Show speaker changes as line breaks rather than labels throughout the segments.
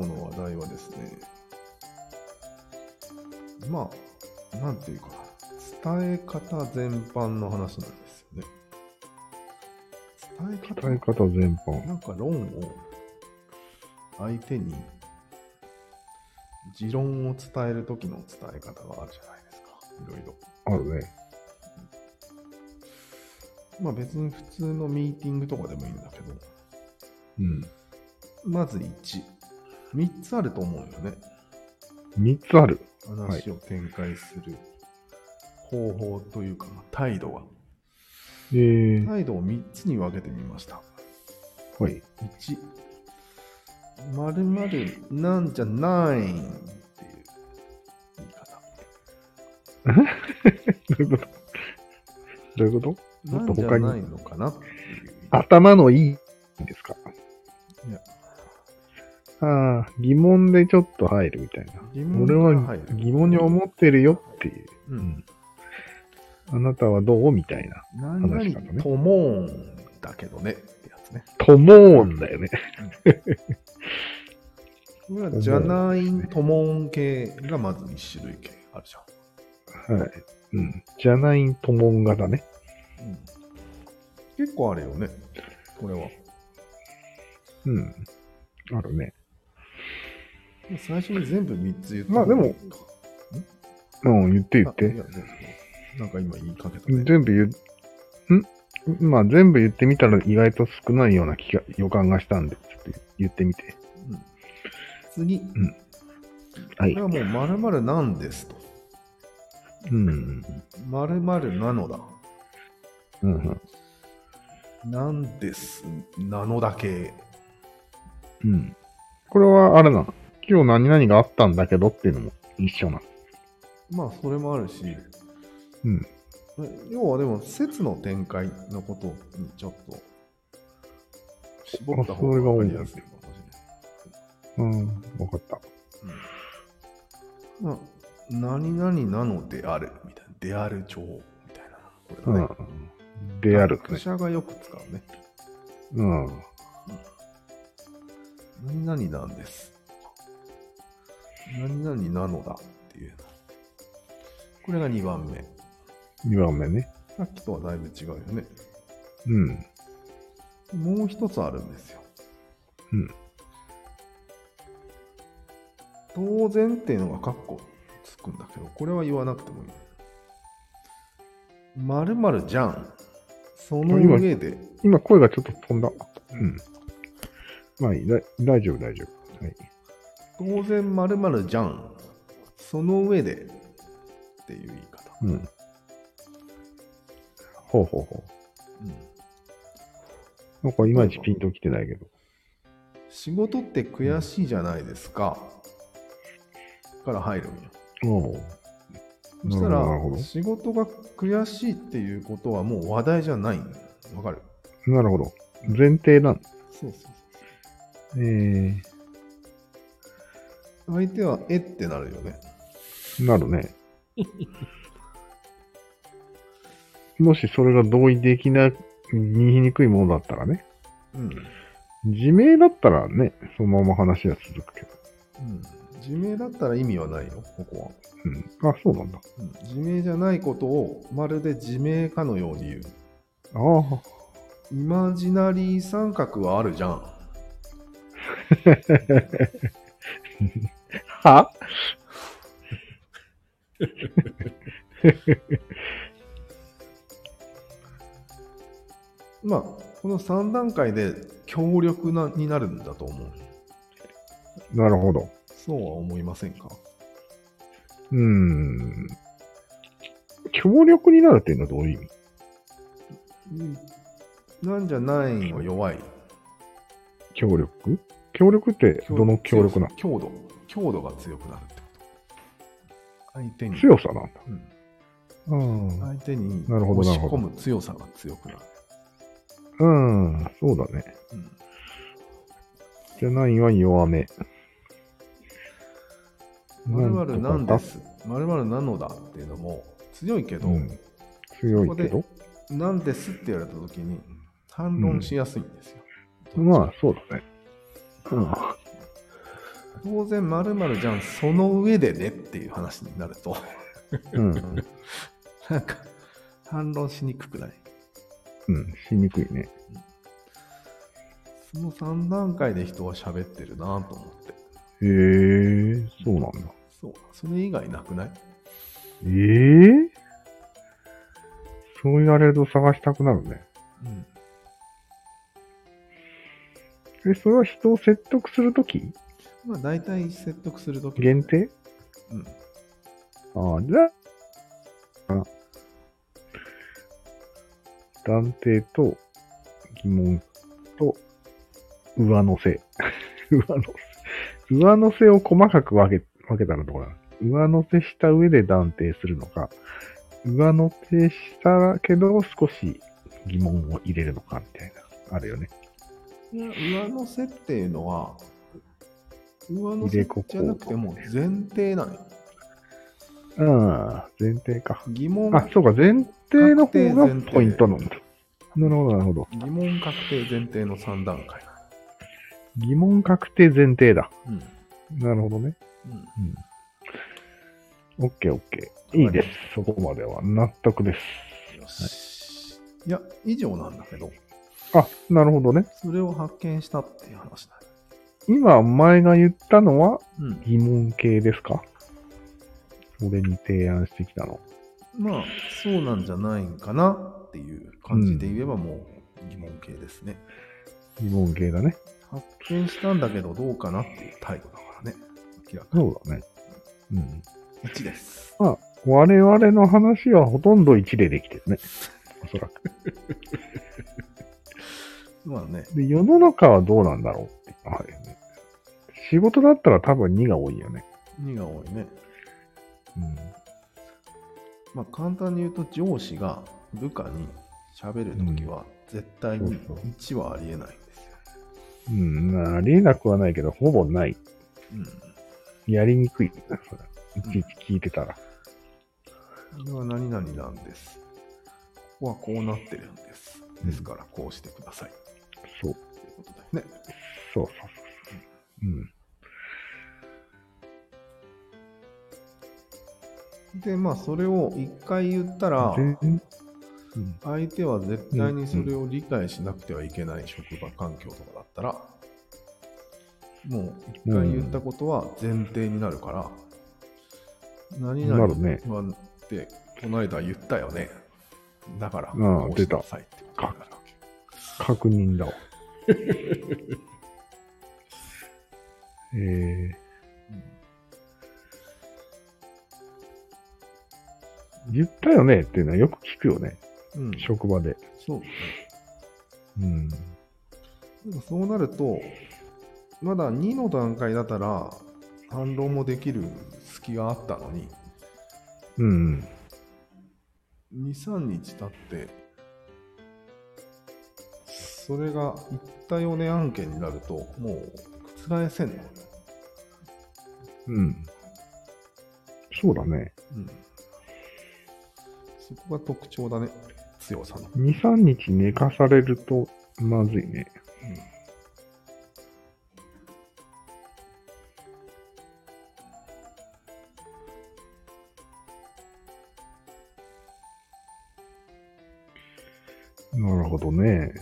ですね、まあ、なんていうか、伝え方全般の話なんですよね。伝え方
伝え方全般。
なんか論を相手に持論を伝える時の伝え方があるじゃないですか。いろいろ。
あるね。
まあ別に普通のミーティングとかでもいいんだけど、
うん。
まず1。3つあると思うよね。
三つある。
話を展開する方法というか、まあ態度が。
えー、
態度を3つに分けてみました。
はい。
1。まるまるなんじゃないっていう言い方。
どういうことどういうことも
な
っ
ん
と
じ
他
ゃ
に
ないのかなっていう。
頭のいいんですか
いや
ああ、疑問でちょっと入るみたいな。
疑問
俺
が
は
入る
疑問に思ってるよっていう。
うん。
あなたはどうみたいな。
何
話し
々
方ね
ともんだけどねってやつね。
と思うんだよね。
これはじゃないんともん系がまず1種類系あるじ
はい。うん。じゃないんともんがだね。
ゃん。うん、結構あるよね、これは。
うん。あるね。
最初に全部3つ言った
まあでも
方がいいか
うん、言って言っ
あい
て。
やそうそうなんか今言いかけたね。
全部言う、んまあ全部言ってみたら意外と少ないような気が、予感がしたんで、ちょっと言ってみて。
うん次、
んは
こ
い
れ。はもう〇〇なんですと。
うん。
〇〇なのだ。
うんうん。
なんですなのだけ。
うん。これはあれなの。今日何々があったんだけどっていうのも一緒なの。
まあそれもあるし、
うん。
要はでも説の展開のことにちょっと絞った方が分かりやすいかもし
うん。わかった。
れない。うんまあ、何々なのであるみたいな、である帳みたいな。これだね。
うん。である
学
ね。
者がよく使うね。
うん。
何々なんです。何々なのだっていうの。これが2番目。
2番目ね。
さっきとはだいぶ違うよね。
うん。
もう一つあるんですよ。
うん。
当然っていうのがカッコつくんだけど、これは言わなくてもいい。まるまるじゃん。その上で、
今声がちょっと飛んだ。うん。まあいい。だ大丈夫、大丈夫。はい。
当然まるまるじゃん。その上でっていう言い方。
うん。ほうほうほ
うん。
う。なんかいまいちピンときてないけど。
仕事って悔しいじゃないですか。から入るんよ。
おう
そした
なるほどなるほど
ら、仕事が悔しいっていうことはもう話題じゃないんだよわかる
なるほど。前提なん
そうそう
えー、
そう。相手は、えってなるよね。
なるね。 もしそれが同意できな、言いにくいものだったらね。
うん。
自明だったらね、そのまま話は続くけど。
うん。自明だったら意味はないよ、ここは。
うん。あ、そうなんだ。
うん、自明じゃないことを、まるで自明かのように言う。
ああ、
イマジナリー三角はあるじゃん。
は
まあ、この3段階で強力なになるんだと思う。
なるほど。
そうは思いませんか
うーん。協力になるっていうのはどういう意味
うんなんじゃないは弱い。
協力協力ってどの協力なの
強度。強度が強くなるってこと。相手に、
強さなんだ。
うん
うん。
相手に
なるほど
押
な
し
るほ
込
ど
む強さが強くなる。
うん、そうだね。
うん
じゃないは弱め。
まるまるなんですす。まるまるなのだっていうのも強いけど、
うん強いけど。
なんですって言われたときに反論しやすいんですよ。
まあ、そうだね。うん。
当然〇〇じゃん、その上でねっていう話になると、
うん。
なんか、反論しにくくない
うん。しにくいね。
その3段階で人は喋ってるなと思って。
へえ、そうなんだ。
そう、それ以外なくない
ええそう言われると探したくなるね。
うん。
え、それは人を説得するとき
まあ大体説得するとき。
限定
うん。
ああ、じゃあ、あ断定と疑問と上乗せ。 上乗せ。上乗せを細かく分け、分けたらどうなの上乗せした上で断定するのか、上乗せしたけど少し疑問を入れるのかみたいな、あるよね。
いや、上乗せっていうのは、上乗せじゃなくてもう前提なのよ。
ああ、前提か。
疑問、
あ、そうか、前提の方がポイントなんだ。なるほど、なるほど。
疑問確定前提の3段階。
疑問確定前提だ。
うん。
なるほどね。
うん。
オッケーオッケー。いいです。そこまでは納得です。
よし。いや、以上なんだけど、
あ、なるほどね。
それを発見したっていう話だよ。
今、前が言ったのは
うん。
疑問系ですかそれに提案してきたの。
まあ、そうなんじゃないんかなっていう感じで言えばもう疑問系ですね。
疑問系だね。
発見したんだけどどうかなっていう態度だからね。明らか
そうだね。うん。
に。1です。
まあ、我々の話はほとんど一例できてるね。おそらく。
まあね、
で、世の中はどうなんだろうって言ったよね。仕事だったら多分2が多いよね。
2が多いね。
うん。
まあ簡単に言うと上司が部下に喋るときは絶対に
そうそう
1はありえないんですよ。
うん、まあありえなくはないけど、ほぼない。
うん。
やりにくい。それいちいち聞いてたら。
これは何々なんです。ここはこうなってるんです。ですからこうしてください。と
そう。
いうことだよね。
そうそうそうそう。うん。
で、まあそれを1回言ったら、
全うん
相手は絶対にそれを理解しなくてはいけない職場環境とかだったら、もう一回言ったことは前提になるから、何々
なるね
はって、この間言ったよね。だから、
ああ
こうしなさいってことになるわけ
確認だわ。 えー言ったよねっていうのはよく聞くよね。
うん、
職場で。
そうね。
うん。
でもそうなると、まだ2の段階だったら、反論もできる隙があったのに、
うん。
23日経ってそれが言ったよね案件になるともう覆せんの、
うん。そうだね。
うん、そこが特徴だね強さの、
2、3日寝かされるとまずいね。なるほどね。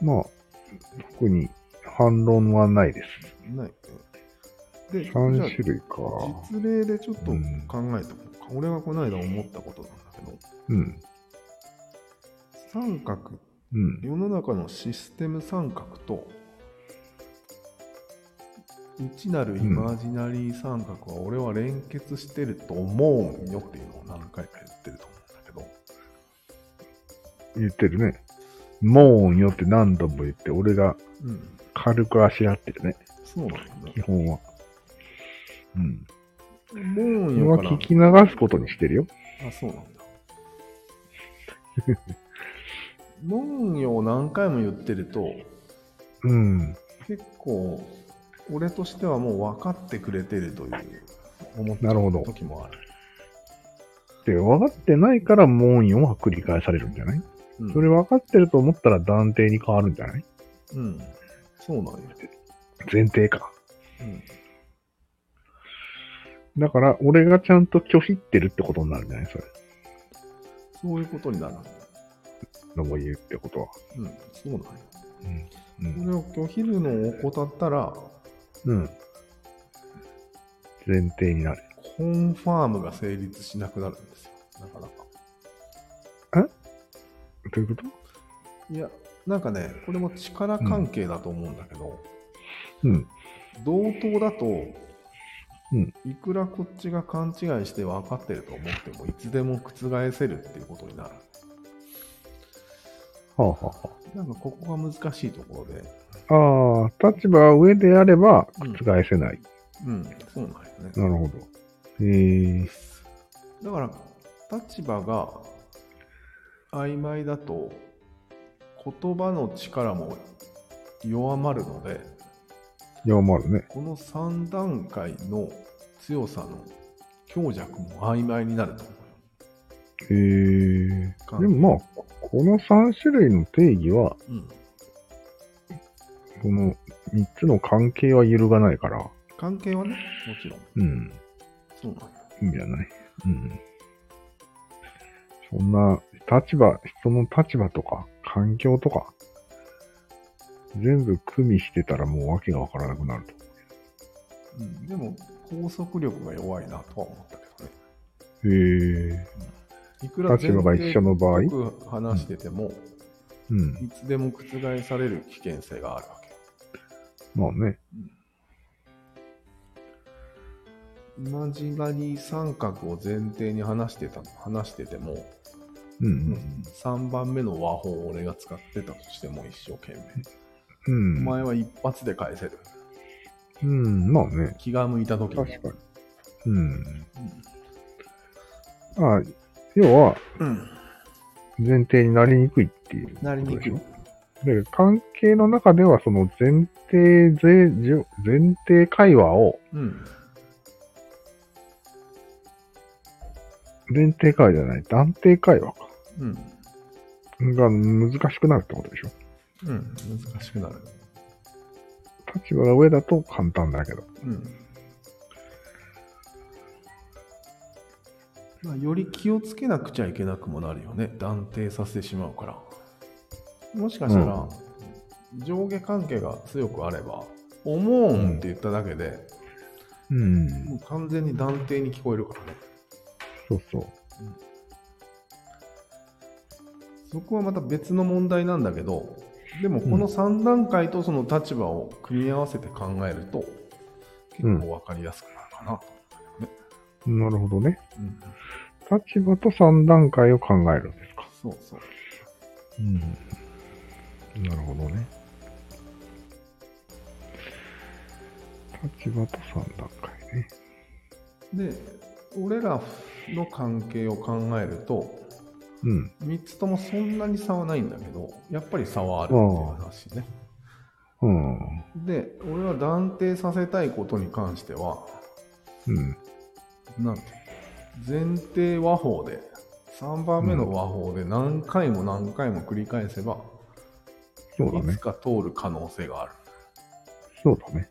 まあ、特に反論はないです。
うん、ないねで
3
じゃあ
種類か。
実例でちょっと考
うん
えておこうか、俺がこの間思ったことなんだけど
うん。
三角
うん。
世の中のシステム三角と内なるイマジナリー三角は俺は連結してると思うよっていうのを何回か言ってると思うんだ
言ってるね。もうよって何度も言って、俺が
けど、うん、
軽くあしらってるね、
そうなんだ
基本は。うん。
ね。も
こ
う
れ
よ
は
から
聞き流すことにしてるよ。
あ、そうなん だ。文様何回も言ってると
うん。
結構俺としてはもう分かってくれてるという思った
なるほど
時もある。
で、分かってないから、もうよは繰り返されるんじゃない
うん
それ分かってると思ったら断定に変わるんじゃない
うん。そうなんや。
前提か。
うん。
だから、俺がちゃんと拒否ってるってことになるんじゃないそれ。
そういうことになる。
のも言うってことは。
うん、そうなんや。
うん。う
こ
ん。
れを拒否るのを怠ったら、
うん。前提になる。
コンファームが成立しなくなるんですよ。なかなか。
どういうこと
いや、なんかね、これも力関係だと思うんだけど、
うん。
同等だと、
うん
いくらこっちが勘違いして分かってると思っても、いつでも覆せるっていうことになる。
はあ、はあは
なんかここが難しいところで、
あ、ああ、立場は上であれば
うん
覆せない。
うん、そうなんよね。
なるほど。ええ
だから立場が曖昧だと言葉の力も弱まるので
弱まるね。
この3段階の強さの強弱も曖昧になると思
ええ
か
でもまあ、この3種類の定義は、
う、うん、
この3つの関係は揺るがないから、
関係はねもちろん
うん。
そうなんよ
いいんじゃないうん。そんな、立場、人の立場とか、環境とか、全部組みしてたらもう訳がわからなくなると。
うん、でも拘束力が弱いなとは思ったけどね
へえ。
いくら
立場が一緒の場合
前提っぽく話してても、
うん。
いつでも覆される危険性があるわけ
まあね。
イマジナリー三角を前提に話してた話してても、
うん
3番目の和法を俺が使ってたとしても一生懸
うん。う
命、
ん。
お前は一発で返せる
うん。まあね。
気が向いた時に
確かに。うん。まあ、要は、
うん、うん、
前提になりにくいっていう。
なりにくい、
で、関係の中では、その前提ぜ、じょ前提会話を、
うん、
前提会話じゃない、断定会話か。
うん、
が難しくなるってことでしょ。
うん、難しくなる、
立場が上だと簡単だけど。
うんまあ、より気をつけなくちゃいけなくもなるよね断定させてしまうからもしかしたら、上下関係が強くあれば「思うん」って言っただけで、
うん。
もう完全に断定に聞こえるからね
そうそう。
そこはまた別の問題なんだけどでもこの3段階とその立場を組み合わせて考えると、
うん
結構分かりやすくなるかなと、
なるほどね。
うん、
立場と3段階を考えるんですか。
そうそう
うん。なるほどね。立場と3段階ね。
で俺らの関係を考えると
うん。
3つともそんなに差はないんだけどやっぱり差はあるっていう話ね
うん。
で俺は断定させたいことに関しては
うん。
なんて前提和法で3番目の和法で何回も何回も繰り返せば、
そうだ
いつ
ね。
か通る可能性がある
そうだね。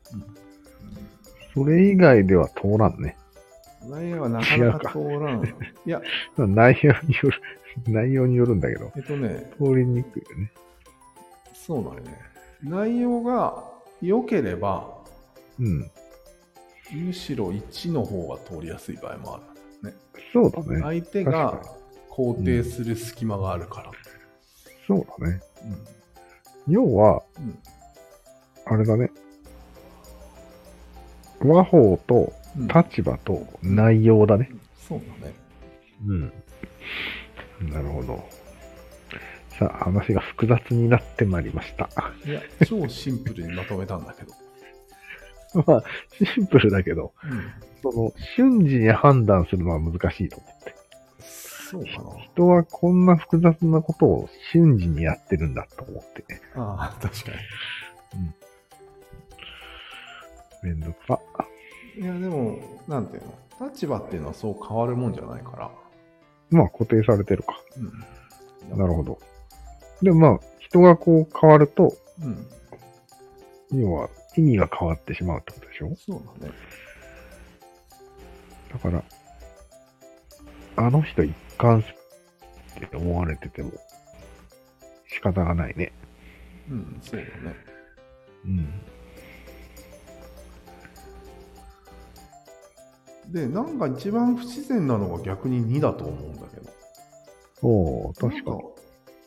それ以外では通らんね。
内容はなかなか通らんいや
内容による、 内容によるんだけど、
えっとね
通りにくいよね。
そうなのね内容が良ければ
うん。
むしろ1の方が通りやすい場合もある
そうだね。
相手
確
が
か
肯定する隙間があるから。
そうだね。
うん
要は、
うん
あれだね。和法と
うん
立場と内容だね。
そうだね。
うん。なるほど。さあ、話が複雑になってまいりました。
いや、超シンプルにまとめたんだけど。
まあ、シンプルだけど、その、瞬時に判断するのは難しいと思って。
そうか
人はこんな複雑なことを瞬時にやってるんだと思って。
な。ああ、確か
めんどくさ。
に。いや、でも、なんていうの、立場っていうのはそう変わるもんじゃないから。
まあ、固定されてるか。
うん
なるほど。で、まあ、人がこう変わると、
うん。
要は意味が変わってしまうってことでしょ
そうだね。
だから、あの人一貫って思われてても仕方がないね。
うん、そうだね。
うん。
で、なんか一番不自然なのが逆に2だと思うんだけど。
おお、確か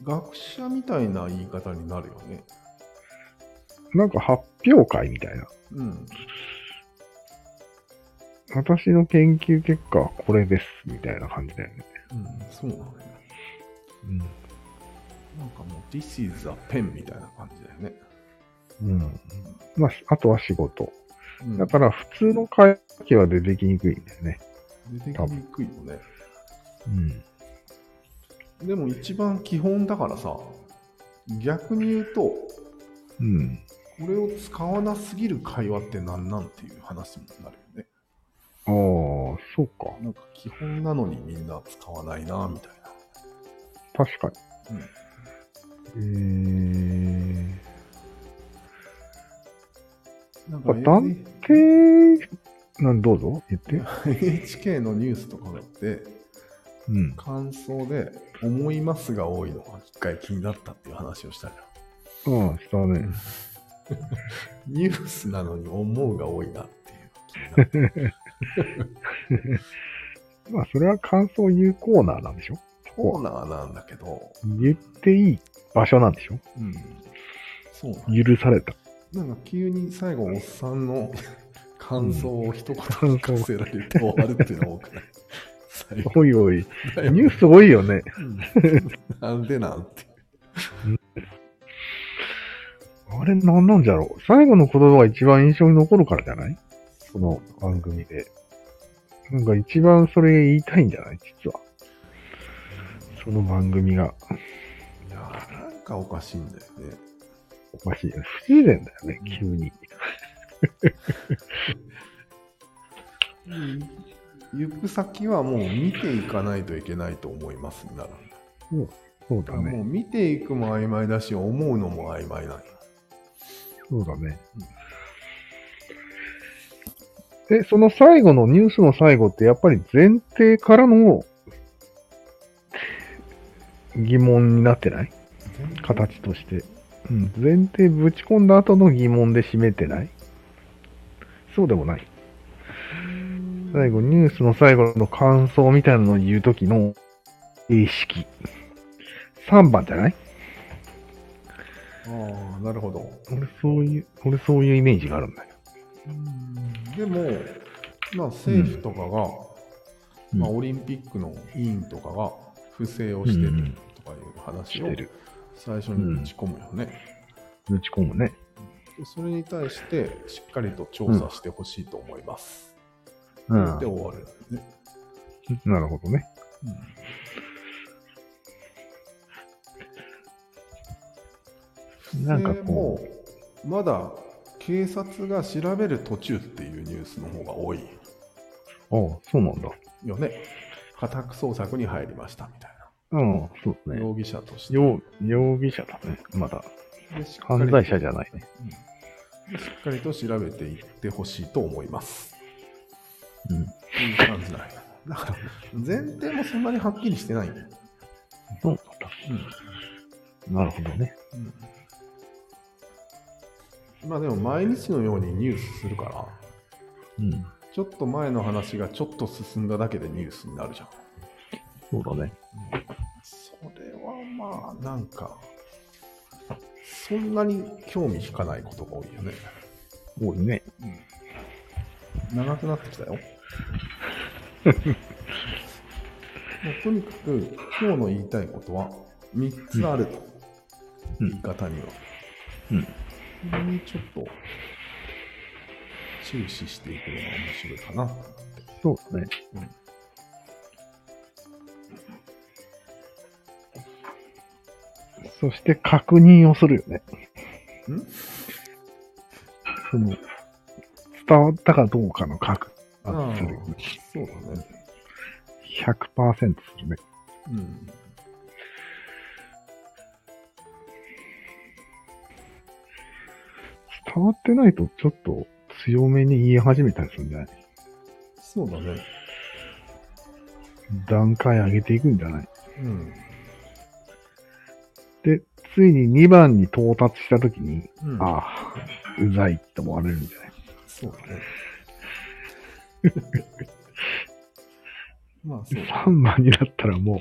なん学者みたいな言い方になるよね。
に。なんか発表会みたいな。
うん。
私の研究結果はこれです、みたいな感じだよね。
うん、そうなのよ。
うん。
なんかもう、This is a pen みたいな感じだよね。
うん。まあ、あとは仕事。
うん、
だから普通の会計は出てきにくいんだよね。
出てきにくいよね。
うん。
でも一番基本だからさ、逆に言うと、こ
うん。
れを使わなすぎる会話って何なんっていう話になるよね。
ああ、そうか。
なんか基本なのにみんな使わないな、みたいな。
確かに。えー、
なん
やっぱ断けー、なんどうぞ言って。
NHK のニュースとかだって、
うん。
感想で、思いますが多いのが一回気になったっていう話をしたじゃん。
うん、したね。
ニュースなのに思うが多いなっていう気になった。
まあ、それは感想言うコーナーなんでしょ
コーナーなんだけど、
言っていい場所なんでしょ
うん。そうなんだ
許された。
なんか急に最後、おっさん の感想を一言聞かせられて終わるっていうの多くない最後
おいおい、
だよね
ニュース多いよね。
うんなんでなんて。
あれなんなんじゃろう最後の言葉が一番印象に残るからじゃないこの番組で。なんか一番それ言いたいんじゃない実は。その番組が
いやー、なんかおかしいんだよね。
おかしい。不自然だよね、急に。
行く先はもう見ていかないといけないと思いますになるんだ。
そうだね。
もう見ていくも曖昧だし、思うのも曖昧なんよ
そうだね。え、その最後の、ニュースの最後って、やっぱり前提からの疑問になってない形として。うん。前提ぶち込んだ後の疑問で締めてないそうでもない。最後、ニュースの最後の感想みたいなのを言うときの形式。3番じゃない
ああ、なるほど。
俺そういう、俺そういうイメージがあるんだよ。
でも、まあ、政府とかが、
うん
まあ、オリンピックの委員とかが不正をしてるとかいう話
し
を
てる。
最初に打ち込むよね。
ぶち込むね。
でそれに対してしっかりと調査してほしいと思います。
う
で終わるんだよね。
なるほどね。なんか
不正
こ、
もまだ警察が調べる途中っていうニュースの方が多いう
ああ、そうなんだ。
よね。家宅捜索に入りましたみたい
うん、そう
な。
ね。
容疑者として。
容容疑者だね。まだ。
でしっかり
犯罪者じゃないね。
しっかりと調べていってほしいと思います。
うん。
っていう感じなんやだから、前提もそんなにはっきりしてないんだよ。
そうなんだ。なるほどね。
うんうん、まあでも、毎日のようにニュースするから、
うん。
ちょっと前の話がちょっと進んだだけでニュースになるじゃん。
そうだね。
それはまあ、なんか、そんなに興味引かないことが多いよね。
多いね。
長くなってきた よ。もうとにかく、今日の言いたいことは3つあると、
うん
言い方には。
うん
これにちょっと注視していくのが面白いかなと思って。
そうだね。そして確認をするよね。
ん
その、伝わったかどうかの確認
あ
を
あ
するよね。
そうだね。
100%するね。
うん。
伝変わってないと、ちょっと強めに言い始めたりするんじゃない
そうだね。
段階上げていくんじゃない
うん。
で、ついに2番に到達したときに、
うん、
ああ、うざいって思われるんじゃない
そうだね。まあそうだね。
?3 番になったらも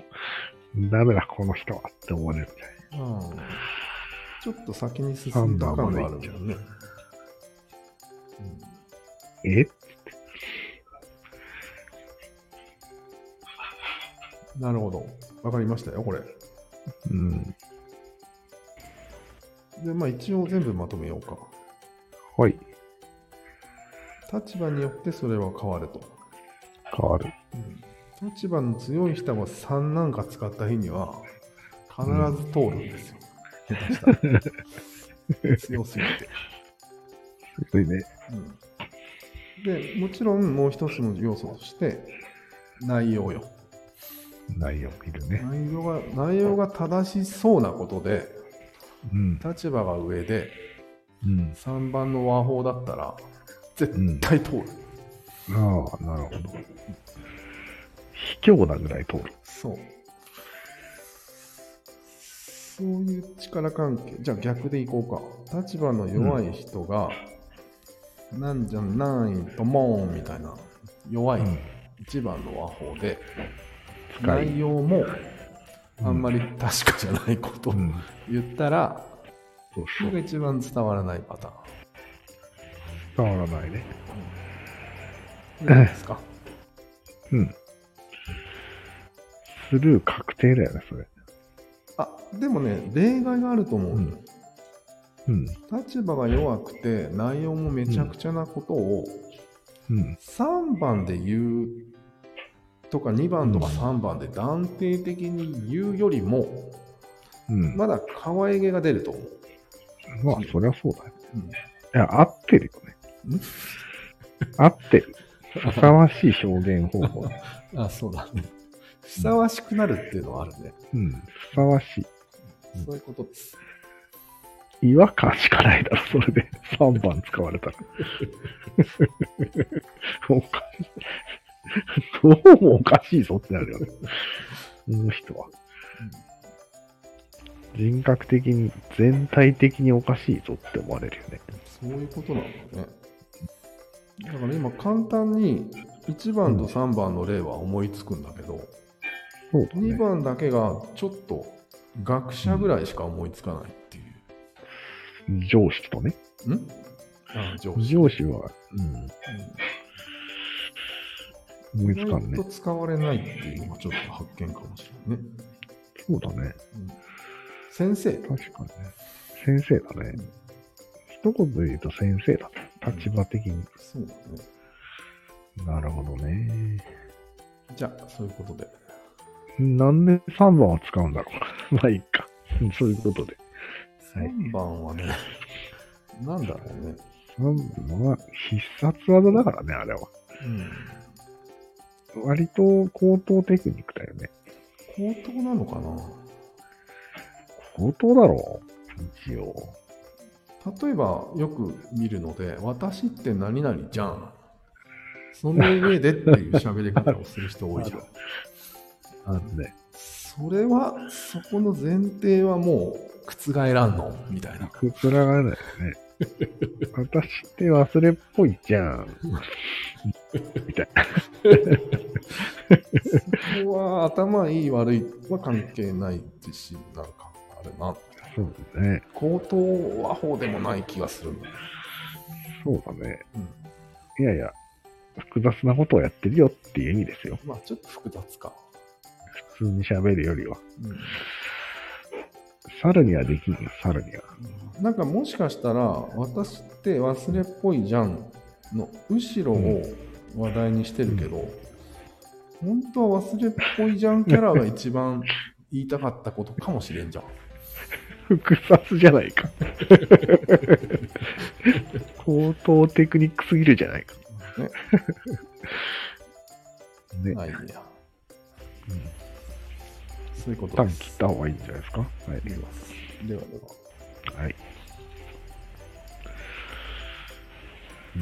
う、ダメだ、この人はって思われるんじゃない
うんちょっと先に進んだ感があるもんね。
え
うんなるほど。わかりましたよ、これ。
うん。
で、まあ一応全部まとめようか。
はい。
立場によってそれは変わると。
変わる。
うん立場の強い人が3なんか使った日には必ず通るんですよ。下手したら。強すぎて。
それで、
うん、で、もちろんもう一つの要素として内容よ。
内容見るね。
内容が内容が正しそうなことで
うん。
立場が上で
うん。
3番の和法だったら絶対通る、
ああ、なるほど。卑怯なぐらい通る。
そうそういう力関係じゃあ逆でいこうか立場の弱い人が、なんじゃないともーんみたいな弱い
うん
1番の和法で、
使い
内容もあんまり確かじゃないことを
うん。
言ったら、
そう
それ
そう。
が一番伝わらない パターン
伝わらないね。
いいですか
うん。スルー確定だよね、それ。
あでもね例外があると思う、
うんうん。
立場が弱くて内容もめちゃくちゃなことを
うん。
3番で言うとか2番とか3番で断定的に言うよりも
うん。ま
まだ可愛げが出ると思う、
あ、そりゃそうだよ。
うん
いや、合ってるよね
ん。
合ってる。ふさわしい表現方法。
あそうだねふさわしくなるっていうのはあるね、
うん。ふさわしうん
そういうことです
い。違和感しかないだろ、それで。3番使われたら。おかしい。どうもおかしいぞってなるよね。この人は。人格的に、全体的におかしいぞって思われるよね。
そういうことなんだねだから今簡単に1番と3番の例は思いつくんだけど、
そうだ
2
ね。
番だけがちょっと学者ぐらいしか思いつかないっていう。
上司とね。
んあ上司。
上司は、うん、思いつかん
意
ね
外と。使われないっていうのがちょっと発見かもしれないね。
そうだね。
うん先生
確かにね。先生だね。一言で言うと先生だね。立場的に。
そうだね。
なるほどね。
じゃあ、そういうことで。
なんで3番を使うんだろ う。まあいいか。うんそういうことで。はい
3番は ね、なんだろうね。
3番は必殺技だからね、あれは。
うん
割と高等テクニックだよね。
口頭なのかな
高等だろう。一応。
例えば、よく見るので、私って何々じゃん。その上でっていう喋り方をする人多い じゃん。
あのね。
それは、そこの前提はもう覆らんのみたいな。
くつらがらないよね。 私って忘れっぽいじゃん。みたいな。
そこは頭いい悪いは関係ないですし、なんかあれな。
そうだね。
口頭和法でもない気がするんだよ。
そうだね。
うん
いやいや、複雑なことをやってるよっていう意味ですよ。
まあちょっと複雑か。
普通に喋るよりは。
う
猿にはできんよ、猿には。
ん、なんかもしかしたら、私って忘れっぽいじゃんの後ろを話題にしてるけど、本当は忘れっぽいじゃんキャラが一番言いたかったことかもしれんじゃん。
複雑じゃないか。高等テクニックすぎるじゃないか。
ね
ね、
アイデア。
うん
そういうこと
短
で
切
す。
った方がいいんじゃないですか。はい。
ではでは。
はい。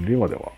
ではでは。